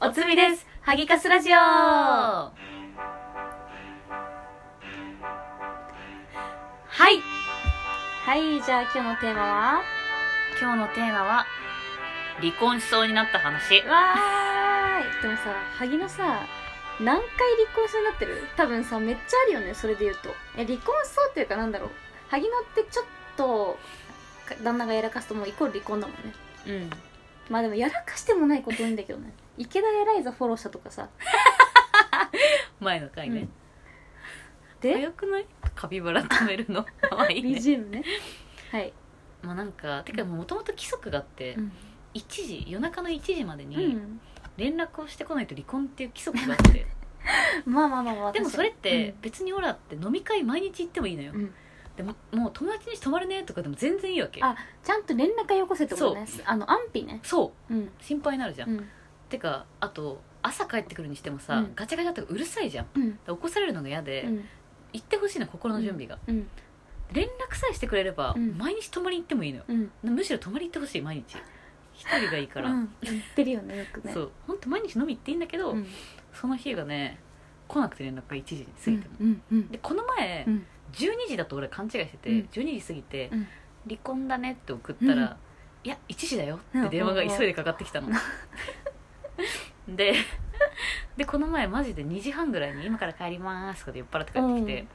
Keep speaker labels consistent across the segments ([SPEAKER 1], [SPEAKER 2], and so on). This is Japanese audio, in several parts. [SPEAKER 1] おつみです。ハギカスラジオ。はい。はい、じゃあ今日のテーマは
[SPEAKER 2] 今日のテーマは離婚しそうになった話
[SPEAKER 1] わーい。でもさ、ハギのさ、何回離婚しそうになってる多分さ、めっちゃあるよね、それで言うと。え、離婚しそうっていうかなんだろう。ハギのってちょっと、か旦那がやらかすともうイコール離婚だもんね。
[SPEAKER 2] うん
[SPEAKER 1] まあでもやらかしてもないこと多いんだけど ね。池田エライザフォローしたとかさ。
[SPEAKER 2] 前の回
[SPEAKER 1] う
[SPEAKER 2] ね
[SPEAKER 1] ん、で、
[SPEAKER 2] 早くないカピバラ止める のかわいいね
[SPEAKER 1] BGM ね。はい。
[SPEAKER 2] まあなんかてかもともと規則があって、
[SPEAKER 1] うん
[SPEAKER 2] 一時夜中の1時まで
[SPEAKER 1] う
[SPEAKER 2] に
[SPEAKER 1] ん、
[SPEAKER 2] 連絡をしてこないと離婚っていう規則 があって、
[SPEAKER 1] まあまあまあまあ
[SPEAKER 2] でもそれっ
[SPEAKER 1] 確かに
[SPEAKER 2] て別にオラって飲み会毎日行ってもいいのよ、
[SPEAKER 1] うんうん
[SPEAKER 2] でももう友達に泊まるねとかでも全然いいわけ
[SPEAKER 1] あちゃんと連絡がよこせってことねあの安否ね
[SPEAKER 2] そう
[SPEAKER 1] うん
[SPEAKER 2] 心配になるじゃん、
[SPEAKER 1] うん
[SPEAKER 2] てかあと朝帰ってくるにしてもさ、
[SPEAKER 1] うん
[SPEAKER 2] ガチャガチャとかうるさいじゃん
[SPEAKER 1] うん
[SPEAKER 2] だから起こされるのが嫌で、
[SPEAKER 1] うん
[SPEAKER 2] 行ってほしいの心の準備が、
[SPEAKER 1] うん
[SPEAKER 2] 連絡さえしてくれれば、
[SPEAKER 1] うん
[SPEAKER 2] 毎日泊まりに行ってもいいのよ
[SPEAKER 1] うん
[SPEAKER 2] むしろ泊まりに行ってほしい毎日一人がいいから、
[SPEAKER 1] うん言ってるよねよくね
[SPEAKER 2] そう本当毎日飲み行っていいんだけど、
[SPEAKER 1] うん
[SPEAKER 2] その日がね来なくて連絡が1時過
[SPEAKER 1] う
[SPEAKER 2] ぎ
[SPEAKER 1] ん
[SPEAKER 2] ても、
[SPEAKER 1] うんうん
[SPEAKER 2] でこの前、
[SPEAKER 1] うん
[SPEAKER 2] 12時だと俺勘違いしてて、
[SPEAKER 1] うん
[SPEAKER 2] 12時過ぎて、
[SPEAKER 1] うん
[SPEAKER 2] 離婚だね」って送ったら「
[SPEAKER 1] うん
[SPEAKER 2] いや1時だよ」って電話が急いでかかってき たの、ででこの前マジで2時半ぐらいに「今から帰ります」とかで酔っ払って帰ってきて「
[SPEAKER 1] うん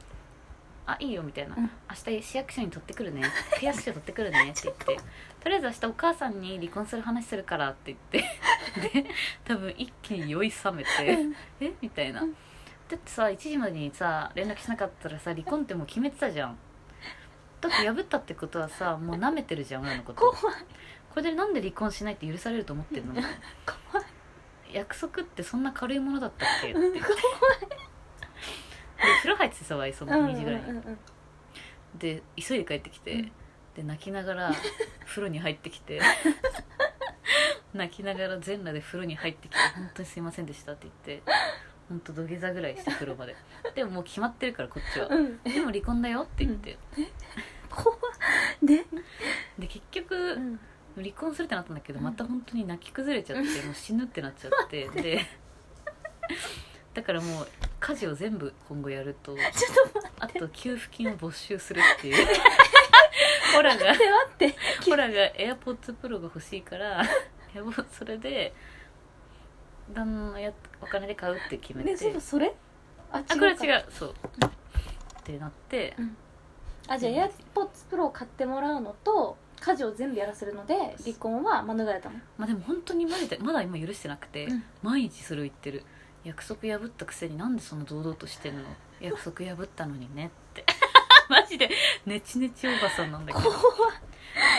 [SPEAKER 2] あいいよ」みたいな、
[SPEAKER 1] うん
[SPEAKER 2] 明日市役所に取ってくるね」「区役所取ってくるね」って 言って「とりあえず明日お母さんに離婚する話するから」って言ってで多分一気に酔い冷めて。 えみたいな、
[SPEAKER 1] うん
[SPEAKER 2] だってさ1時までにさ連絡しなかったらさ離婚ってもう決めてたじゃんだって破ったってことはさもう舐めてるじゃん俺のこと
[SPEAKER 1] 怖い
[SPEAKER 2] これでなんで離婚しないって許されると思ってんの
[SPEAKER 1] 怖い
[SPEAKER 2] 約束ってそんな軽いものだったっけって
[SPEAKER 1] うん
[SPEAKER 2] 言ってで風呂入ってたわいその2時ぐらいに、
[SPEAKER 1] うんうんうん
[SPEAKER 2] で急いで帰ってきて、
[SPEAKER 1] うん
[SPEAKER 2] で泣きなが ら風呂に入ってきて泣きながら全裸で風呂に入ってきて「本当にすいませんでした」って言って本当土下座ぐらいして風呂まででももう決まってるからこっちは
[SPEAKER 1] うん
[SPEAKER 2] でも離婚だよって言って、
[SPEAKER 1] 怖いで
[SPEAKER 2] で結局
[SPEAKER 1] ん
[SPEAKER 2] 離婚するってなったんだけど
[SPEAKER 1] うん
[SPEAKER 2] また本当に泣き崩れちゃって、 もう死ぬってなっちゃってでだからもう家事を全部今後やると
[SPEAKER 1] ちょっと待
[SPEAKER 2] あと給付金を没収するっていう オラが
[SPEAKER 1] って待って
[SPEAKER 2] コラが AirPods Pro が欲しいから いやもうそれで旦那やお金で買うって決め
[SPEAKER 1] ね
[SPEAKER 2] て、
[SPEAKER 1] そうだそれあ
[SPEAKER 2] あこれは
[SPEAKER 1] うか
[SPEAKER 2] 違うそうってなって
[SPEAKER 1] あじゃあ AirPods Pro を買ってもらうのと家事を全部やらせるので離婚は免れたの
[SPEAKER 2] まあでも本当にマジでまだ今許してなくて、
[SPEAKER 1] うん
[SPEAKER 2] 毎日それを言ってる約束破ったくせになんでそんな堂々としてんの約束破ったのにねって マジでネチネチおばさんなんだけど
[SPEAKER 1] 怖
[SPEAKER 2] だ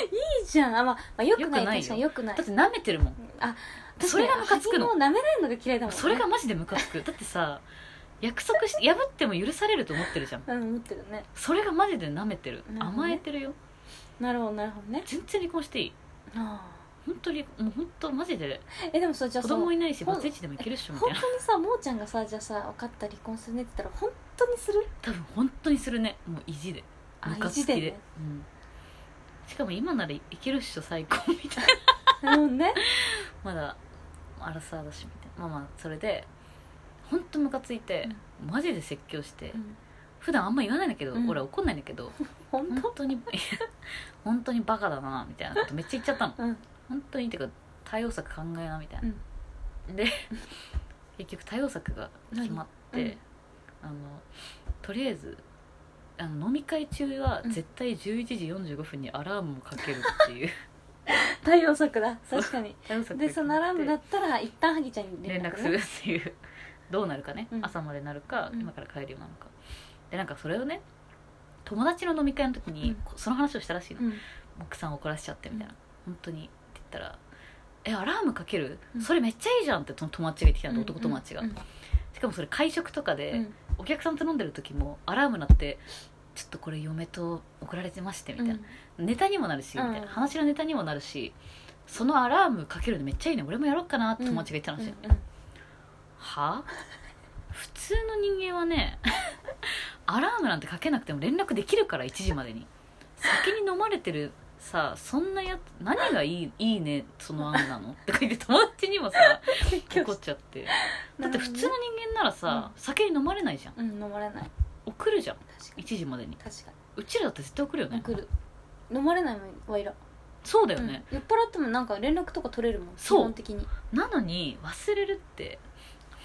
[SPEAKER 1] いいじゃんあ、まあ、まあよくない
[SPEAKER 2] よくないよ
[SPEAKER 1] 確かによくない
[SPEAKER 2] って舐めてるもん
[SPEAKER 1] あ
[SPEAKER 2] それがムカつくの
[SPEAKER 1] も舐められるのが嫌いだもん、ね、
[SPEAKER 2] それがマジでムカつくだってさ約束し破っても許されると思ってるじゃん
[SPEAKER 1] うん思ってるね
[SPEAKER 2] それがマジで舐めてる
[SPEAKER 1] なるほどね
[SPEAKER 2] 甘えてるよ
[SPEAKER 1] なるほどなるほどね
[SPEAKER 2] 全然離婚していい
[SPEAKER 1] あ
[SPEAKER 2] 本当にもう本当マジで
[SPEAKER 1] ーえでもそれじゃあ
[SPEAKER 2] 子
[SPEAKER 1] その
[SPEAKER 2] 供
[SPEAKER 1] 本
[SPEAKER 2] いないし
[SPEAKER 1] ほん
[SPEAKER 2] バツイチでもいけるっしょみ
[SPEAKER 1] 当
[SPEAKER 2] たい
[SPEAKER 1] に
[SPEAKER 2] な
[SPEAKER 1] さもーちゃんがさじゃあさ分かった離婚するねって言ったら本当にする
[SPEAKER 2] 多分本当にするねもう意地で
[SPEAKER 1] あ
[SPEAKER 2] ムカつきで
[SPEAKER 1] 意地でね
[SPEAKER 2] うん、しかも今ならいけるっしょ最高みたいな
[SPEAKER 1] なるほどね
[SPEAKER 2] まだアラサーだしみたいなまあまあそれで本当ムカついて、マジで説教して、普段あんま言わないんだけど、
[SPEAKER 1] うん
[SPEAKER 2] 俺は怒んないんだけど
[SPEAKER 1] 本
[SPEAKER 2] 本当に本当にバカだなみたいなことめっちゃ言っちゃったの
[SPEAKER 1] 当うん
[SPEAKER 2] 本当にてか対応策考えなみたいな、で 結局対応策が決まって、
[SPEAKER 1] 何うん
[SPEAKER 2] あのとりあえずあの飲み会中は
[SPEAKER 1] うん
[SPEAKER 2] 絶対11時45分にアラームをかけるって いう
[SPEAKER 1] 対応策だ確かに
[SPEAKER 2] 対応策が
[SPEAKER 1] で
[SPEAKER 2] 決
[SPEAKER 1] そ
[SPEAKER 2] ま
[SPEAKER 1] のアラ
[SPEAKER 2] って
[SPEAKER 1] ーム鳴ったら一旦ハギちゃんに連
[SPEAKER 2] 連
[SPEAKER 1] 絡,、ね、
[SPEAKER 2] 絡するっていう どうなるかね、
[SPEAKER 1] うん
[SPEAKER 2] 朝までなるか、
[SPEAKER 1] うん
[SPEAKER 2] 今から帰るようなのかでなんかそれをね友達の飲み会の時に、
[SPEAKER 1] うん
[SPEAKER 2] こその話をしたらしいの、
[SPEAKER 1] うん
[SPEAKER 2] 奥さんを怒らせちゃってみたいな、本当にって言ったら「えアラームかける、
[SPEAKER 1] うん
[SPEAKER 2] それめっちゃいいじゃん」ってその友達が言ってきたの、男友達が、
[SPEAKER 1] うんうん
[SPEAKER 2] しかもそれ会食とかで、
[SPEAKER 1] うん
[SPEAKER 2] お客さんと飲んでる時もアラーム鳴ってちょっとこれ嫁と怒られてましてみたいな、ネタにもなるし、
[SPEAKER 1] うん
[SPEAKER 2] みたいな話のネタにもなるしそのアラームかけるのめっちゃいいね俺もやろうかなって友達が言ってたんですよ、
[SPEAKER 1] うんうん
[SPEAKER 2] はあ普通の人間はね アラームなんてかけなくても連絡できるから1時までに先に飲まれてるさそんなやつ何がいいいいねその案なのとか言って友達にも さ怒っちゃってだって普通の人間ならさ、酒に飲まれないじゃん
[SPEAKER 1] うん飲まれない
[SPEAKER 2] 送るじゃん
[SPEAKER 1] 確かに
[SPEAKER 2] 1時までに
[SPEAKER 1] 確か
[SPEAKER 2] うちらだって絶対送るよ
[SPEAKER 1] に
[SPEAKER 2] ね
[SPEAKER 1] 送る飲まれないもんはいらん
[SPEAKER 2] そうだよね、
[SPEAKER 1] うん酔っ払ってもなんか連絡とか取れるもん基
[SPEAKER 2] そう
[SPEAKER 1] 本的に
[SPEAKER 2] なのに忘れるって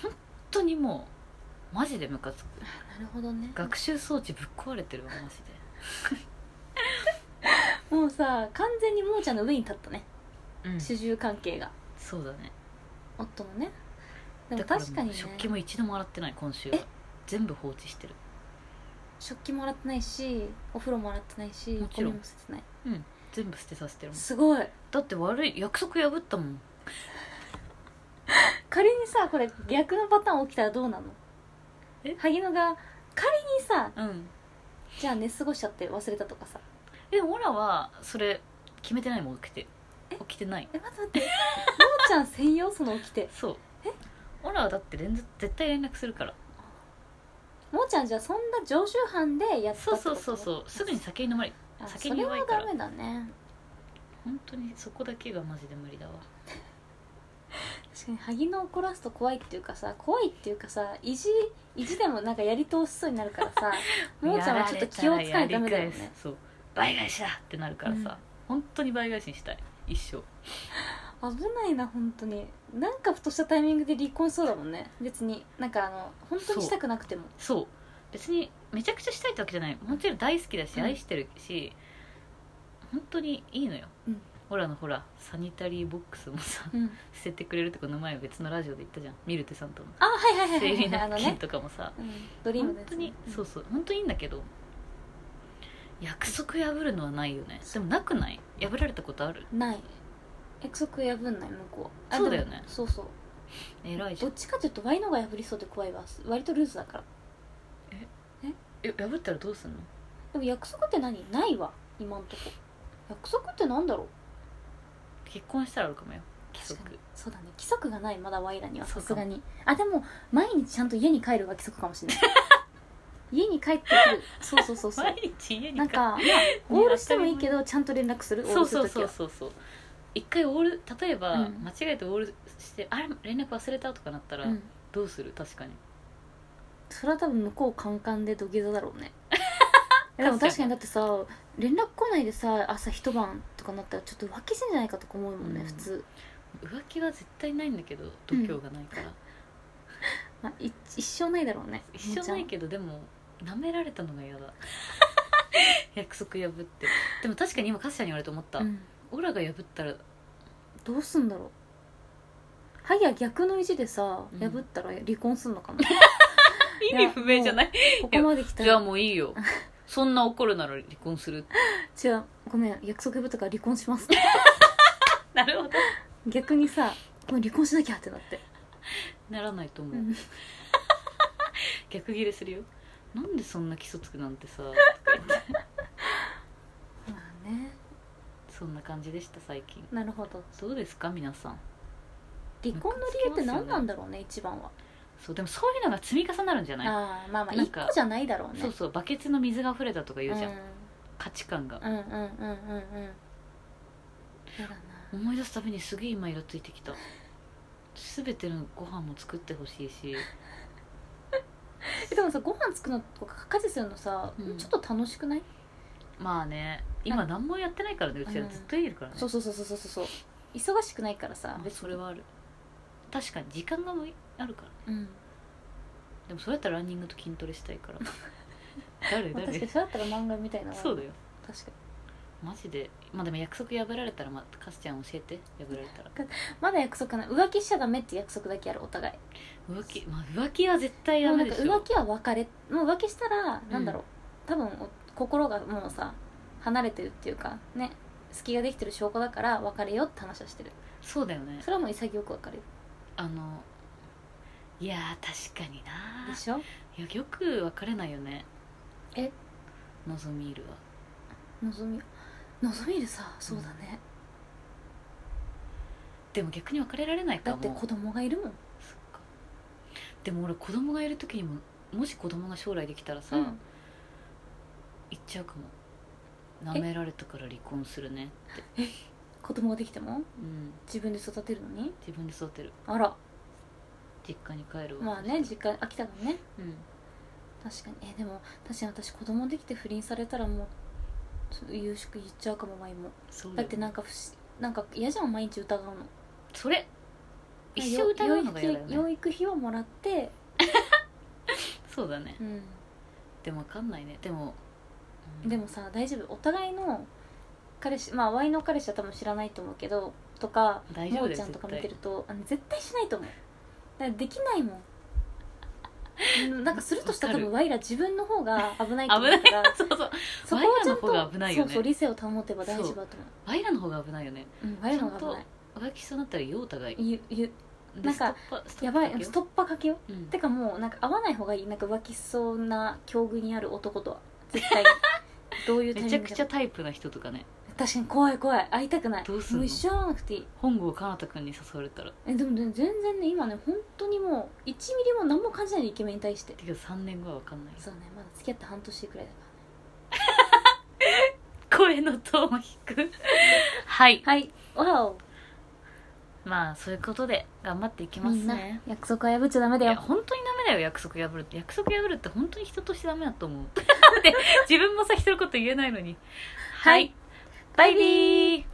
[SPEAKER 2] 本当にもうマジでムカつく
[SPEAKER 1] なるほどね
[SPEAKER 2] 学習装置ぶっ壊れてるわマジで
[SPEAKER 1] もうさ完全にもーちゃんの上に立ったね、
[SPEAKER 2] うん
[SPEAKER 1] 主従関係が
[SPEAKER 2] そうだね
[SPEAKER 1] 夫のねでも
[SPEAKER 2] だら
[SPEAKER 1] 確かに
[SPEAKER 2] もう
[SPEAKER 1] ね
[SPEAKER 2] 食器も一度も洗ってない今週は
[SPEAKER 1] え
[SPEAKER 2] 全部放置してる
[SPEAKER 1] 食器も洗ってないしお風呂も洗ってないし
[SPEAKER 2] もちろ
[SPEAKER 1] ゴ
[SPEAKER 2] ん
[SPEAKER 1] ミも捨ててない
[SPEAKER 2] 全部捨てさせてるもん
[SPEAKER 1] すごい
[SPEAKER 2] だって悪い約束破ったもん
[SPEAKER 1] 仮にさこれ逆のパターン起きたらどうなの
[SPEAKER 2] え
[SPEAKER 1] 萩野が仮にさ
[SPEAKER 2] うん
[SPEAKER 1] じゃあ寝過ごしちゃって忘れたとかさ
[SPEAKER 2] でもオラはそれ決めてないもん起きて
[SPEAKER 1] え
[SPEAKER 2] 起きてない
[SPEAKER 1] え待って待ってもーちゃん専 用その起きて
[SPEAKER 2] そうオラはだって連続絶対連絡するから
[SPEAKER 1] もーちゃんじゃあそんな常習犯でやったって
[SPEAKER 2] そう
[SPEAKER 1] こと
[SPEAKER 2] そうそうそうすぐに酒に飲まれ
[SPEAKER 1] あ
[SPEAKER 2] 酒に弱いから
[SPEAKER 1] それはダメだね
[SPEAKER 2] 本当にそこだけがマジで無理だわ
[SPEAKER 1] 確かに萩野を怒らすと怖いっていうかさ怖いっていうかさ意地意地でもなんかやり通しそうになるから さもーちゃんはちょっと気をつかないとダメだよ
[SPEAKER 2] やられたらやり返
[SPEAKER 1] ね
[SPEAKER 2] すそう倍返しだってなるからさ、
[SPEAKER 1] うん
[SPEAKER 2] 本当に倍返しにしたい一生
[SPEAKER 1] 危ないな本当になんかふとしたタイミングで離婚しそうだもんね別になんかあの本当にしたくなくても
[SPEAKER 2] そう別にめちゃくちゃしたいってわけじゃないもちろん大好きだし
[SPEAKER 1] うん
[SPEAKER 2] 愛してるし、本当にいいのよ、
[SPEAKER 1] うん
[SPEAKER 2] オラのほらサニタリーボックスもさ
[SPEAKER 1] う、ん、
[SPEAKER 2] 捨ててくれるとこの前別のラジオで言ったじゃんミルテさんとの
[SPEAKER 1] あはいはいはいはい
[SPEAKER 2] 生理
[SPEAKER 1] はいあの
[SPEAKER 2] ナプキン
[SPEAKER 1] ね、
[SPEAKER 2] とかもさ、
[SPEAKER 1] うん、ドリーム
[SPEAKER 2] 本
[SPEAKER 1] です
[SPEAKER 2] 当に、そううそう本当にいいんだけど約束破るのはないよねでもなくない破られたことある
[SPEAKER 1] んない約束破んない向こうはあ
[SPEAKER 2] そうだよね
[SPEAKER 1] でもそうそう
[SPEAKER 2] 偉いじ
[SPEAKER 1] ど
[SPEAKER 2] ゃん
[SPEAKER 1] っちかというとワイの方が破りそうで怖いわ割とルーズだから
[SPEAKER 2] え破ったらどうすんの
[SPEAKER 1] でも約束って何ないわ今んとこ約束ってなんだろう
[SPEAKER 2] 結婚したらあるかもよ規
[SPEAKER 1] 確
[SPEAKER 2] 則
[SPEAKER 1] かにそうだね規則がないまだワイらには
[SPEAKER 2] そ
[SPEAKER 1] さ
[SPEAKER 2] うか
[SPEAKER 1] すがにあでも毎日ちゃんと家に帰るが規則かもしれない 家に帰ってくるそうそうそうそう
[SPEAKER 2] 毎日家 に
[SPEAKER 1] なん
[SPEAKER 2] 帰
[SPEAKER 1] か、まあ、オールしてもいいけどちゃんと連絡するオー
[SPEAKER 2] そう
[SPEAKER 1] ルす
[SPEAKER 2] そ
[SPEAKER 1] る
[SPEAKER 2] う
[SPEAKER 1] とき
[SPEAKER 2] そう
[SPEAKER 1] は
[SPEAKER 2] そうそう一回オール例えば、
[SPEAKER 1] うん
[SPEAKER 2] 間違えてオールしてあれ連絡忘れたとかなったら、
[SPEAKER 1] うん
[SPEAKER 2] どうする確かに
[SPEAKER 1] それは多分向こうカンカンで土下座だろう ねでも確かにだってさ連絡来ないでさ朝一晩とかなったらちょっと浮気してんじゃないかとか思うもんね、
[SPEAKER 2] うん
[SPEAKER 1] 普通、
[SPEAKER 2] 浮気は絶対ないんだけど度胸がないから、
[SPEAKER 1] まあ、い一生ないだろうね
[SPEAKER 2] 一
[SPEAKER 1] も
[SPEAKER 2] 緒
[SPEAKER 1] ちゃん
[SPEAKER 2] ないけどでも舐められたのが嫌 だ約束破ってでも確かに今カスちゃんに言われて思った、
[SPEAKER 1] うん
[SPEAKER 2] オラが破ったら
[SPEAKER 1] どうすんだろうはや逆の意地でさ
[SPEAKER 2] うん
[SPEAKER 1] 破ったら離婚すんのかな、
[SPEAKER 2] 意味不明じゃない
[SPEAKER 1] ここまで来た
[SPEAKER 2] じゃあ
[SPEAKER 1] ら
[SPEAKER 2] もういいよそんな怒るなら離婚する
[SPEAKER 1] 違うごめん約束破ったから離婚し ます
[SPEAKER 2] なるほど
[SPEAKER 1] 逆にさごめん離婚しなきゃってなって、
[SPEAKER 2] ならないと思う、
[SPEAKER 1] うん
[SPEAKER 2] 逆ギレするよなんでそんな基礎つくなんてさ
[SPEAKER 1] まあね
[SPEAKER 2] そんな感じでした最近
[SPEAKER 1] なるほど
[SPEAKER 2] どうですか皆さん
[SPEAKER 1] 離婚の理由って何なんだろうね一番は
[SPEAKER 2] そうでもそういうのが積み重なるんじゃない
[SPEAKER 1] あーまあまあ
[SPEAKER 2] なん
[SPEAKER 1] 一
[SPEAKER 2] か
[SPEAKER 1] 個じゃないだろうね
[SPEAKER 2] そうそうバケツの水が溢れたとか言うじゃん、
[SPEAKER 1] うん
[SPEAKER 2] 価値観が
[SPEAKER 1] うんうんうんうんうんやだな
[SPEAKER 2] 思い出すたびにすげえ今イラついてきた全てのご飯も作ってほしいし
[SPEAKER 1] えでもさご飯作るのとか家事するのさ、
[SPEAKER 2] うん
[SPEAKER 1] ちょっと楽しくない
[SPEAKER 2] まあね今何もやってないからねうちらずっと家いるからね、
[SPEAKER 1] そうそうそうそうそうそう忙しくないからさ
[SPEAKER 2] あそれはある確かに時間がもうあるからね
[SPEAKER 1] うん
[SPEAKER 2] でもそうやったらランニングと筋トレした いから誰
[SPEAKER 1] まあ確か
[SPEAKER 2] 誰
[SPEAKER 1] にそうだったら漫画みたいな
[SPEAKER 2] そうだ
[SPEAKER 1] よ
[SPEAKER 2] よ
[SPEAKER 1] 確かに
[SPEAKER 2] マジでまあでも約束破られたらまあカスちゃん教えて破られたら
[SPEAKER 1] まだ約束ない浮気しちゃダメって約束だけあるお互い
[SPEAKER 2] 浮気まあ浮気は絶対
[SPEAKER 1] も
[SPEAKER 2] ダ
[SPEAKER 1] うなん
[SPEAKER 2] メで
[SPEAKER 1] か
[SPEAKER 2] しょ
[SPEAKER 1] 浮気は別れもう浮気したら
[SPEAKER 2] ん
[SPEAKER 1] なんだろう、多分お心がもうさ離れてるっていうかね隙ができてる証拠だから別れようって話はしてる
[SPEAKER 2] そうだよね
[SPEAKER 1] それはもう潔く別れる
[SPEAKER 2] あのいやー確かにな
[SPEAKER 1] でしょ
[SPEAKER 2] いやよく別れないよね
[SPEAKER 1] え
[SPEAKER 2] のぞみいるわ
[SPEAKER 1] のぞみのぞみいるさそうだね、
[SPEAKER 2] でも逆に別れられない
[SPEAKER 1] だ
[SPEAKER 2] かも
[SPEAKER 1] って子供がいるもん
[SPEAKER 2] そっかでも俺子供がいる時にももし子供が将来できたらさ、
[SPEAKER 1] うん
[SPEAKER 2] 行っちゃうかも舐められたから離婚するねって、
[SPEAKER 1] 子供ができても
[SPEAKER 2] うん、
[SPEAKER 1] 自分で育てるのに
[SPEAKER 2] 自分で育てる
[SPEAKER 1] あら
[SPEAKER 2] 実家に帰るわ
[SPEAKER 1] まあね実家飽きたのね
[SPEAKER 2] うん
[SPEAKER 1] 確かにえでも確かに私子供できて不倫されたらもうちょっと優しく言っちゃうかも舞も
[SPEAKER 2] そう
[SPEAKER 1] だっ
[SPEAKER 2] だよ
[SPEAKER 1] てなんか不思なんか嫌じゃん毎日疑うの
[SPEAKER 2] それ一生疑うのが嫌だよ
[SPEAKER 1] 養
[SPEAKER 2] ね
[SPEAKER 1] 育費はもらって
[SPEAKER 2] そうだね
[SPEAKER 1] うん
[SPEAKER 2] でも分かんないねでも、うん
[SPEAKER 1] でもさ大丈夫お互いの彼氏まあワイの彼氏は多分知らないと思うけどとか
[SPEAKER 2] 大丈
[SPEAKER 1] も
[SPEAKER 2] 夫
[SPEAKER 1] ー
[SPEAKER 2] だ
[SPEAKER 1] ち
[SPEAKER 2] よ
[SPEAKER 1] ゃんと
[SPEAKER 2] 絶
[SPEAKER 1] か見
[SPEAKER 2] 対
[SPEAKER 1] てるとあの絶対しないと思うだからできないもんうんなんかするとしたら
[SPEAKER 2] わ
[SPEAKER 1] 多
[SPEAKER 2] かる
[SPEAKER 1] 分ワイら自分の方が危ないと
[SPEAKER 2] 危
[SPEAKER 1] 思
[SPEAKER 2] な
[SPEAKER 1] う
[SPEAKER 2] い
[SPEAKER 1] から
[SPEAKER 2] そうそう
[SPEAKER 1] そこはちゃんと
[SPEAKER 2] ワイらの方が危ないよね
[SPEAKER 1] そうそう理性を保てば大丈夫だと思
[SPEAKER 2] バイラの方が危ないよね
[SPEAKER 1] う、うん、ワイらの方が危ない
[SPEAKER 2] 浮気しそうになったらよう互いで
[SPEAKER 1] ゆゆなんか
[SPEAKER 2] ストッパストッ
[SPEAKER 1] や
[SPEAKER 2] パ
[SPEAKER 1] ば
[SPEAKER 2] かけ
[SPEAKER 1] い
[SPEAKER 2] よ
[SPEAKER 1] ストッパーかけよ
[SPEAKER 2] ううん
[SPEAKER 1] てかもうなんか会わない方がいいなんか浮気しそうな境遇にある男とは絶 対にどういうタイミ
[SPEAKER 2] め
[SPEAKER 1] ング
[SPEAKER 2] ちゃくちゃタイプな人とかね
[SPEAKER 1] 確かに怖い怖い会いたくない
[SPEAKER 2] どうすんの
[SPEAKER 1] もう一生会わなくていい
[SPEAKER 2] 本郷奏多君に誘われたら
[SPEAKER 1] えでもね全然ね今ね本当にもう1ミリも何も感じないイケメンに対して
[SPEAKER 2] てか3年後は分かんない
[SPEAKER 1] そうねまだ付き合って半年くらいだか
[SPEAKER 2] 声のトーン低く はい
[SPEAKER 1] らねはいわお
[SPEAKER 2] まあそういうことで頑張っていきます
[SPEAKER 1] みんな
[SPEAKER 2] ね
[SPEAKER 1] 約束は破っちゃダメ
[SPEAKER 2] い
[SPEAKER 1] だ
[SPEAKER 2] や
[SPEAKER 1] よ
[SPEAKER 2] 本当にダメだよ約束破るって約束破るって本当に人としてダメ だと思うで自分もさ人のこと言えないのに
[SPEAKER 1] はい
[SPEAKER 2] バイビー